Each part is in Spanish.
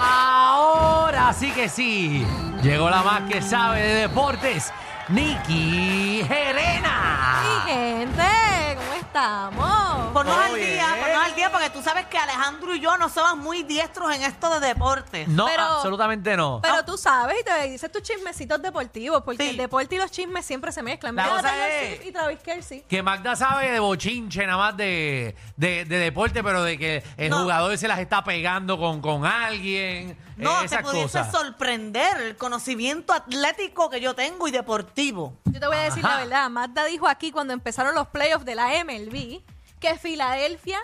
Ahora sí que sí. Llegó la más que sabe de deportes, Nikki Mi Gerena. gente, ¿cómo estamos? Ponnos al Oye. día, ponnos al día, porque tú sabes que Alejandro y yo no somos muy diestros en esto de deportes. No, Pero- absolutamente no. Pero tú sabes y te dices tus chismecitos deportivos, porque Sí. el deporte y los chismes siempre se mezclan. La Mira, cosa Taylor es- Swift y Travis Kelsey. Que Magda sabe de bochinche nada más de, de- de deporte, pero de que el No. jugador se las está pegando con, con alguien. No, eh, te esas pudiese cosas. sorprender el conocimiento atlético que yo tengo y deportivo. Yo te voy a decir Ajá. la verdad. Magda dijo aquí cuando empezaron los playoffs de la MLB que Filadelfia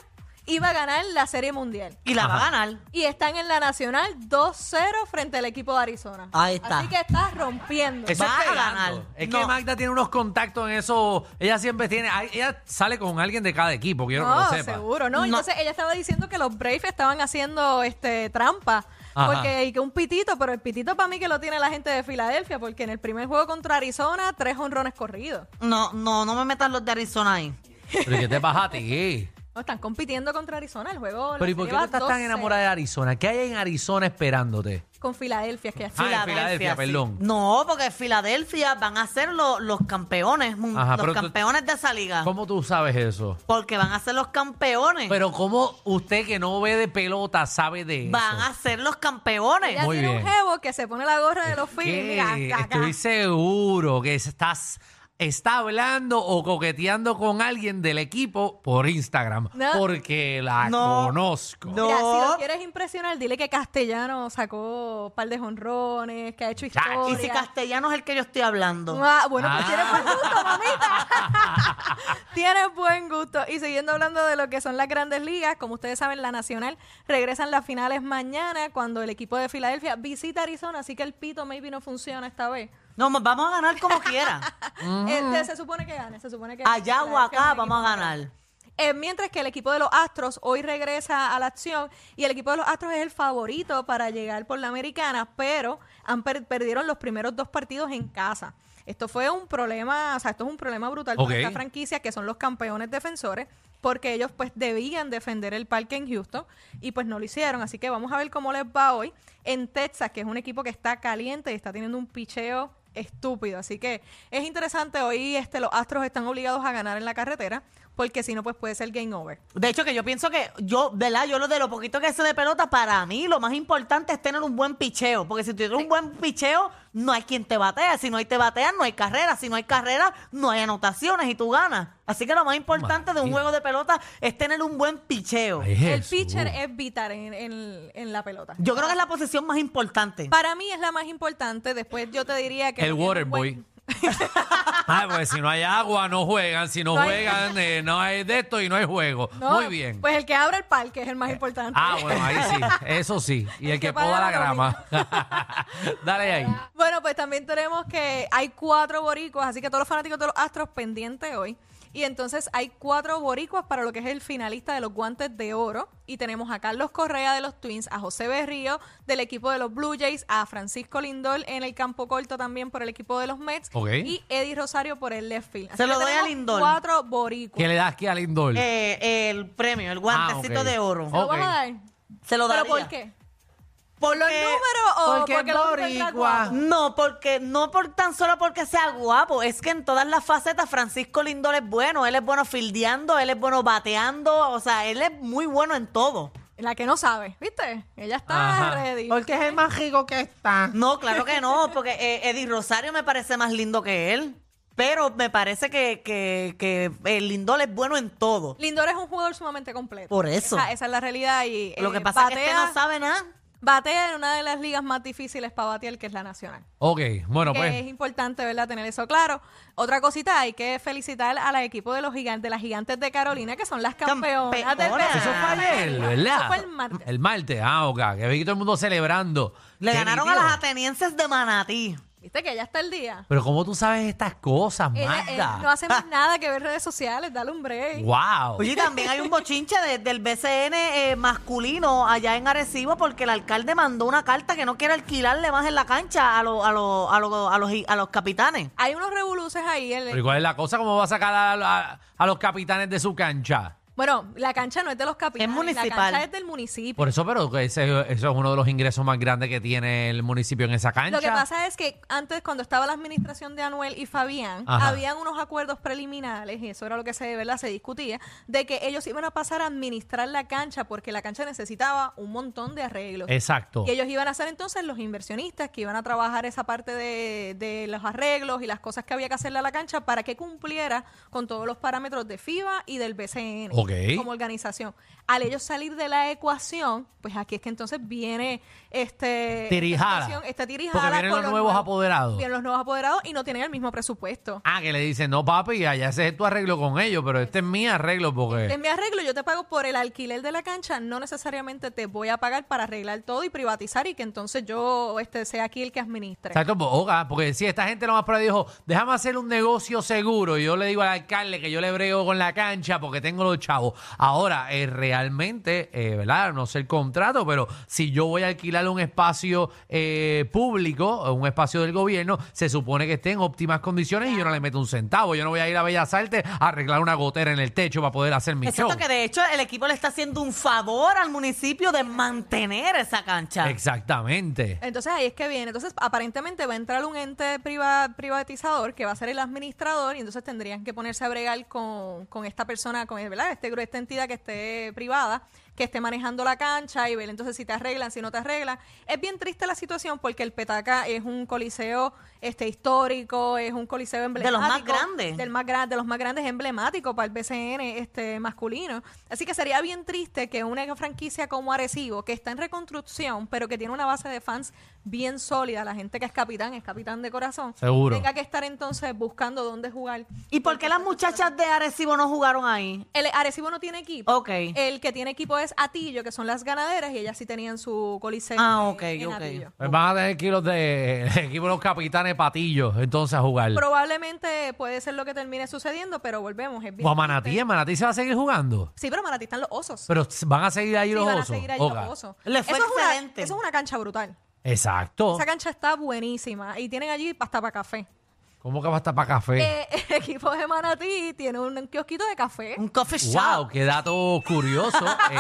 iba a ganar la Serie Mundial. Y la va a ganar. Y están en la Nacional 2-0 frente al equipo de Arizona. Ahí está. Así que estás rompiendo. Eso es Vas a pegando. ganar. Es que No. Magda tiene unos contactos en eso. Ella siempre tiene. ay, Ella sale con alguien de cada equipo, quiero que No, lo sepa. seguro, ¿no? No. Entonces ella estaba diciendo que los Braves estaban haciendo este trampa. Ajá. Porque, y que un pitito, pero el pitito para mí que lo tiene la gente de Filadelfia, porque en el primer juego contra Arizona, tres honrones corridos. No, no, no me metas los de Arizona ahí. Pero ¿y ¿qué te pasa a ti? No, están compitiendo contra Arizona el juego. la Pero ¿y por qué serie tú va estás tan 12 enamorada de Arizona? ¿Qué hay en Arizona esperándote? Con Filadelfia, que Ah, en Filadelfia, sí. perdón. No, porque Filadelfia van a ser lo- los campeones, mun- Ajá, pero los tú- campeones de esa Ah. liga. ¿Cómo tú sabes eso? Porque van a ser los campeones. Pero ¿cómo usted que no ve de pelota sabe de eso? van a ser los Ella campeones. Muy tiene bien. un jevo que se pone la gorra de los ¿Qué? Phillies. mira, acá, acá. Estoy seguro que estás está hablando o coqueteando con alguien del equipo por Instagram No. porque la No. conozco. No. Mira, si lo quieres impresionar, dile que Castellano sacó un par de honrones, que ha hecho Chacho. historia. Y si Castellano es el que yo estoy hablando. Ah, bueno, pues Ah. tienes buen gusto, mamita. tienes buen gusto. Y siguiendo hablando de lo que son las grandes ligas, como ustedes saben, la nacional regresan las finales mañana cuando el equipo de Filadelfia visita Arizona, así que el pito maybe no funciona esta vez. No, vamos a ganar como quiera. Este, se supone que gane, se supone que Mm. Allá o Filadelfia es acá un vamos a equipo ganar. Eh, mientras que el equipo de los Astros hoy regresa a la acción y el equipo de los Astros es el favorito para llegar por la americana, pero han per- perdieron los primeros dos partidos en casa. Esto fue un problema, o sea, esto es un problema brutal Ok. para esta franquicia que son los campeones defensores, porque ellos pues debían defender el parque en Houston y pues no lo hicieron. Así que vamos a ver cómo les va hoy en Texas, que es un equipo que está caliente y está teniendo un picheo estúpido. Así que es interesante hoy, este, los Astros están obligados a ganar en la carretera, porque si no, pues puede ser game over. De hecho, que yo pienso que yo, ¿verdad? Yo lo de lo poquito que sé de pelota, para mí lo más importante es tener un buen picheo. Porque si tú tienes un buen picheo, no hay quien te batea. Si no hay te batean, no hay carrera. Si no hay carrera, no hay anotaciones y tú ganas. Así que lo más importante de un Imagínate. juego de pelota es tener un buen picheo. Ay, El Jesús. pitcher es vital en, en- en la pelota. Yo creo que es la posición más importante. Para mí es la más importante. Después yo te diría que... El no tiene un waterboy. buen- Ah, pues si no hay agua, no juegan. Si no, No hay- juegan, eh, no hay de esto y no hay juego. No, Muy bien. Pues el que abre el parque es el más importante. Ah, bueno, ahí sí. Eso sí. Y el, El que, que poda la paga la grama. Dale ahí. Bueno, pues también tenemos que hay cuatro boricuas, así que todos los fanáticos de los Astros pendientes hoy. Y entonces hay cuatro boricuas para lo que es el finalista de los guantes de oro. Y tenemos a Carlos Correa de los Twins, a José Berrío del equipo de los Blue Jays, a Francisco Lindol en el campo corto también por el equipo de los Mets Ok. y Eddie Rosario por el left field. Así Se que lo doy a tenemos Lindor. Cuatro boricuas. ¿Qué le das aquí al Lindor? Eh, el premio, el Ah, ok. guantecito Oh. de oro. ¿Se lo vamos ok. a dar? Se lo ¿Pero daría. por qué? Porque- ¿Los números o porque porque, es los números están boricua. guapos? No, porque no por tan solo porque sea guapo, es que en todas las facetas Francisco Lindor es bueno, él es bueno fildeando, él es bueno bateando, o sea, él es muy bueno en todo. La que no sabe, ¿viste? Ella está Ajá. ready. es el más rico que está. No, claro que no, porque eh, Eddie Rosario me parece más lindo que él, pero me parece que, que, que eh, Lindor es bueno en todo. Lindor es un jugador sumamente completo. Por eso. Esa, esa es la realidad. Y, Lo que eh, pasa es batea, que este no sabe nada. batea en una de las ligas más difíciles para batear, que es la nacional. Ok, bueno, que pues. es importante, ¿verdad?, tener eso claro. Otra cosita, hay que felicitar a la equipo de los gigantes, de las gigantes de Carolina, que son las campeonas, del Campeonas. verano. Eso fue ayer, ¿verdad? Eso fue el martes. El martes, ah, ok. Que vi todo el mundo celebrando. Le Qué ganaron a nítido. las atenienses de Manatí. ¿Viste que ya está el día? Pero ¿cómo tú sabes estas cosas, Ella- él no Magda? hace más nada que ver redes sociales, dale un break. Wow. Oye, también hay un bochinche de- del BCN eh, masculino allá en Arecibo porque el alcalde mandó una carta que no quiere alquilarle más en la cancha a, los a, los a, los a, los, a los capitanes. Hay unos revoluces ahí. el- Pero ¿y cuál es la cosa? ¿Cómo va a sacar a, a- a los capitanes de su cancha? Bueno, la cancha no es de los capitanes. Es municipal. La cancha es del municipio. Por eso, pero que ese- eso es uno de los ingresos más grandes que tiene el municipio en esa cancha. Lo que pasa es que antes, cuando estaba la administración de Anuel y Fabián, Ajá. habían unos acuerdos preliminares, y eso era lo que se, ¿verdad? se discutía, de que ellos iban a pasar a administrar la cancha porque la cancha necesitaba un montón de arreglos. Exacto. Y ellos iban a ser entonces los inversionistas que iban a trabajar esa parte de, de los arreglos y las cosas que había que hacerle a la cancha para que cumpliera con todos los parámetros de FIBA y del BCN Ok. como organización. Al ellos salir de la ecuación, pues aquí es que entonces viene este esta Tirijala. situación, esta tirijala Porque vienen con los nuevos apoderados. Vienen los nuevos apoderados y no tienen el mismo presupuesto. Ah, que le dicen, no, papi, allá ese es tu arreglo con ellos, pero este es mi arreglo Este porque... En mi arreglo yo te pago por el alquiler de la cancha, no necesariamente te voy a pagar para arreglar todo y privatizar y que entonces yo este sea aquí el que administre. Exacto, po- oiga, porque si esta gente nomás para dijo, déjame hacer un negocio seguro, y yo le digo al alcalde que yo le brego con la cancha porque tengo los chavos. Ahora, eh, realmente, eh, ¿verdad? No sé el contrato, pero si yo voy a alquilar un espacio eh, público, un espacio del gobierno, se supone que esté en óptimas condiciones y yo no le meto un centavo. Yo no voy a ir a Bellas Artes a arreglar una gotera en el techo para poder hacer mi show. Exacto, que de hecho el equipo le está haciendo un favor al municipio de mantener esa cancha. Exactamente. Entonces ahí es que viene. Entonces aparentemente va a entrar un ente priva- privatizador que va a ser el administrador y entonces tendrían que ponerse a bregar con, con esta persona, con ¿verdad? Este, gru- esta entidad que esté privada, que esté manejando la cancha y ver entonces si te arreglan, si no te arreglan. Es bien triste la situación porque el Petaca es un coliseo este histórico, es un coliseo los emblemático. más grandes. del el más grande, de los más grandes emblemáticos para el BCN este, masculino. Así que sería bien triste que una franquicia como Arecibo, que está en reconstrucción, pero que tiene una base de fans bien sólida, la gente que es capitán, es capitán de corazón, Seguro. tenga que estar entonces buscando dónde jugar. ¿Y por qué las muchachas de Arecibo no jugaron ahí? El Arecibo no tiene equipo. Ok. El que tiene equipo es Atillo, que son las ganaderas, y ellas sí tenían su coliseo Ah, ok, en ok. Atillo. Pues van a tener kilos de equipo los capitanes patillos entonces a jugar. Probablemente puede ser lo que termine sucediendo, pero volvemos. es bien O Pues a Manatí, triste. ¿en Manatí se va a seguir jugando. Sí, pero Manatí están los osos. Pero s- van a seguir ahí Sí, los van a osos. seguir ahí Oga. los osos. Les fue eso, es una, excelente. eso es una cancha brutal. Exacto. Esa cancha está buenísima y tienen allí hasta para café. ¿Cómo que va a estar para café? Eh, el equipo de Manatí tiene un kiosquito de café. Un coffee shop. Wow, qué dato curioso. Eh,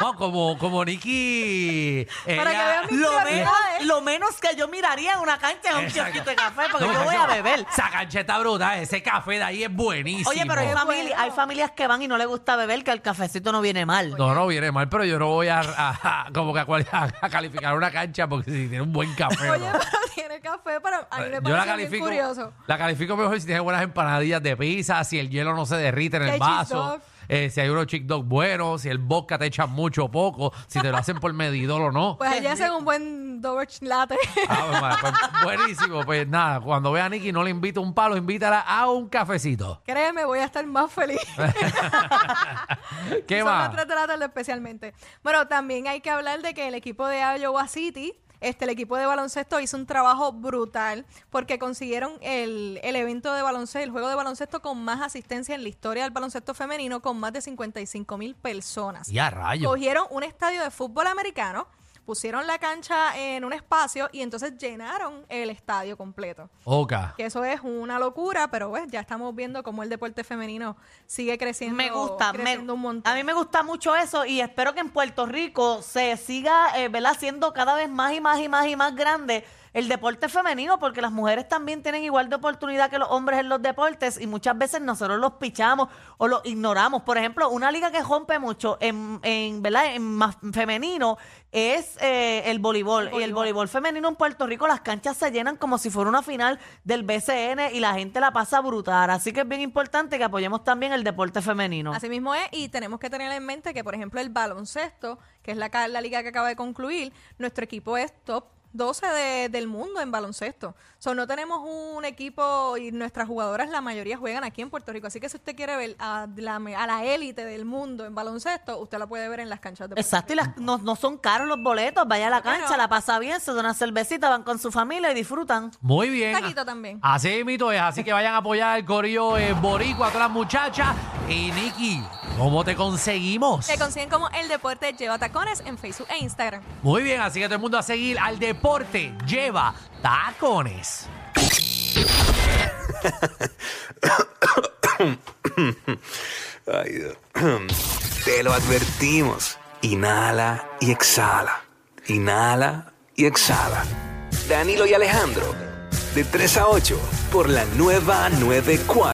no, como, como Nicky. Para que vean mis Lo menos, prioridades. lo menos que yo miraría en una cancha es un Exacto. kiosquito de café porque yo voy a beber. Esa cancheta bruta, ese café de ahí es buenísimo. Oye, pero hay, bueno. famili- hay familias que van y no les gusta beber, que el cafecito no viene mal. No, no viene mal, pero yo no voy a, a- a- como que a, cual- a calificar una cancha porque si tiene un buen café. Oye, ¿no? pero tiene café para. A mí me Eh, Yo la parece bien califico, curioso. la califico mejor si tiene buenas empanadillas de pizza, si el hielo no se derrite en Si el hay cheese vaso, dog. eh, si hay unos chick dog buenos, si el vodka te echan mucho o poco, si te lo hacen por medidor o no. Pues allá hacen un buen double latte. Ah, pues, madre, pues, buenísimo, pues nada, cuando vea a Nicky no le invito un palo, invítala a un cafecito. Créeme, voy a estar más feliz. ¿Qué Son más? las tres de la tarde especialmente. Bueno, también hay que hablar de que el equipo de Iowa City, este, el equipo de baloncesto hizo un trabajo brutal porque consiguieron el, el evento de baloncesto, el juego de baloncesto con más asistencia en la historia del baloncesto femenino con más de 55 mil personas. Ya rayo. Cogieron un estadio de fútbol americano, pusieron la cancha en un espacio y entonces llenaron el estadio completo. Oca. Que eso es una locura, pero pues, ya estamos viendo cómo el deporte femenino sigue creciendo. Me gusta, me- creciendo un montón. a mí me gusta mucho eso y espero que en Puerto Rico se siga, eh, ¿verdad? Siendo cada vez más y más y más y más grande el deporte femenino porque las mujeres también tienen igual de oportunidad que los hombres en los deportes y muchas veces nosotros los pichamos o los ignoramos. Por ejemplo, una liga que rompe mucho en, en, ¿verdad? En más femenino es eh, el voleibol. Y el voleibol femenino en Puerto Rico las canchas se llenan como si fuera una final del BCN y la gente la pasa brutal. Así que es bien importante que apoyemos también el deporte femenino. Así mismo es, y tenemos que tener en mente que, por ejemplo, el baloncesto, que es la, ca- la liga que acaba de concluir, nuestro equipo es top 12 de- del mundo en baloncesto. So, no tenemos un equipo y nuestras jugadoras, la mayoría juegan aquí en Puerto Rico. Así que si usted quiere ver a la, me- a la élite del mundo en baloncesto, usted la puede ver en las canchas de Puerto Exacto, y las- no, no son caros los boletos. Vaya a la Claro. cancha, la pasa bien, se da una cervecita, van con su familia y disfrutan. Muy bien. Taquito también. Así mito es, así que vayan a apoyar el corillo eh, boricua a todas las muchachas. Y Nicky, ¿cómo te conseguimos? Rico. Se consiguen como El Deporte Lleva Tacones en Facebook e Instagram. Muy bien, así que todo el mundo a seguir al deporte. Lleva tacones. Ay, Dios. Te lo advertimos. Inhala y exhala. Inhala y exhala. Danilo y Alejandro, de 3 a 8, por la nueva 94.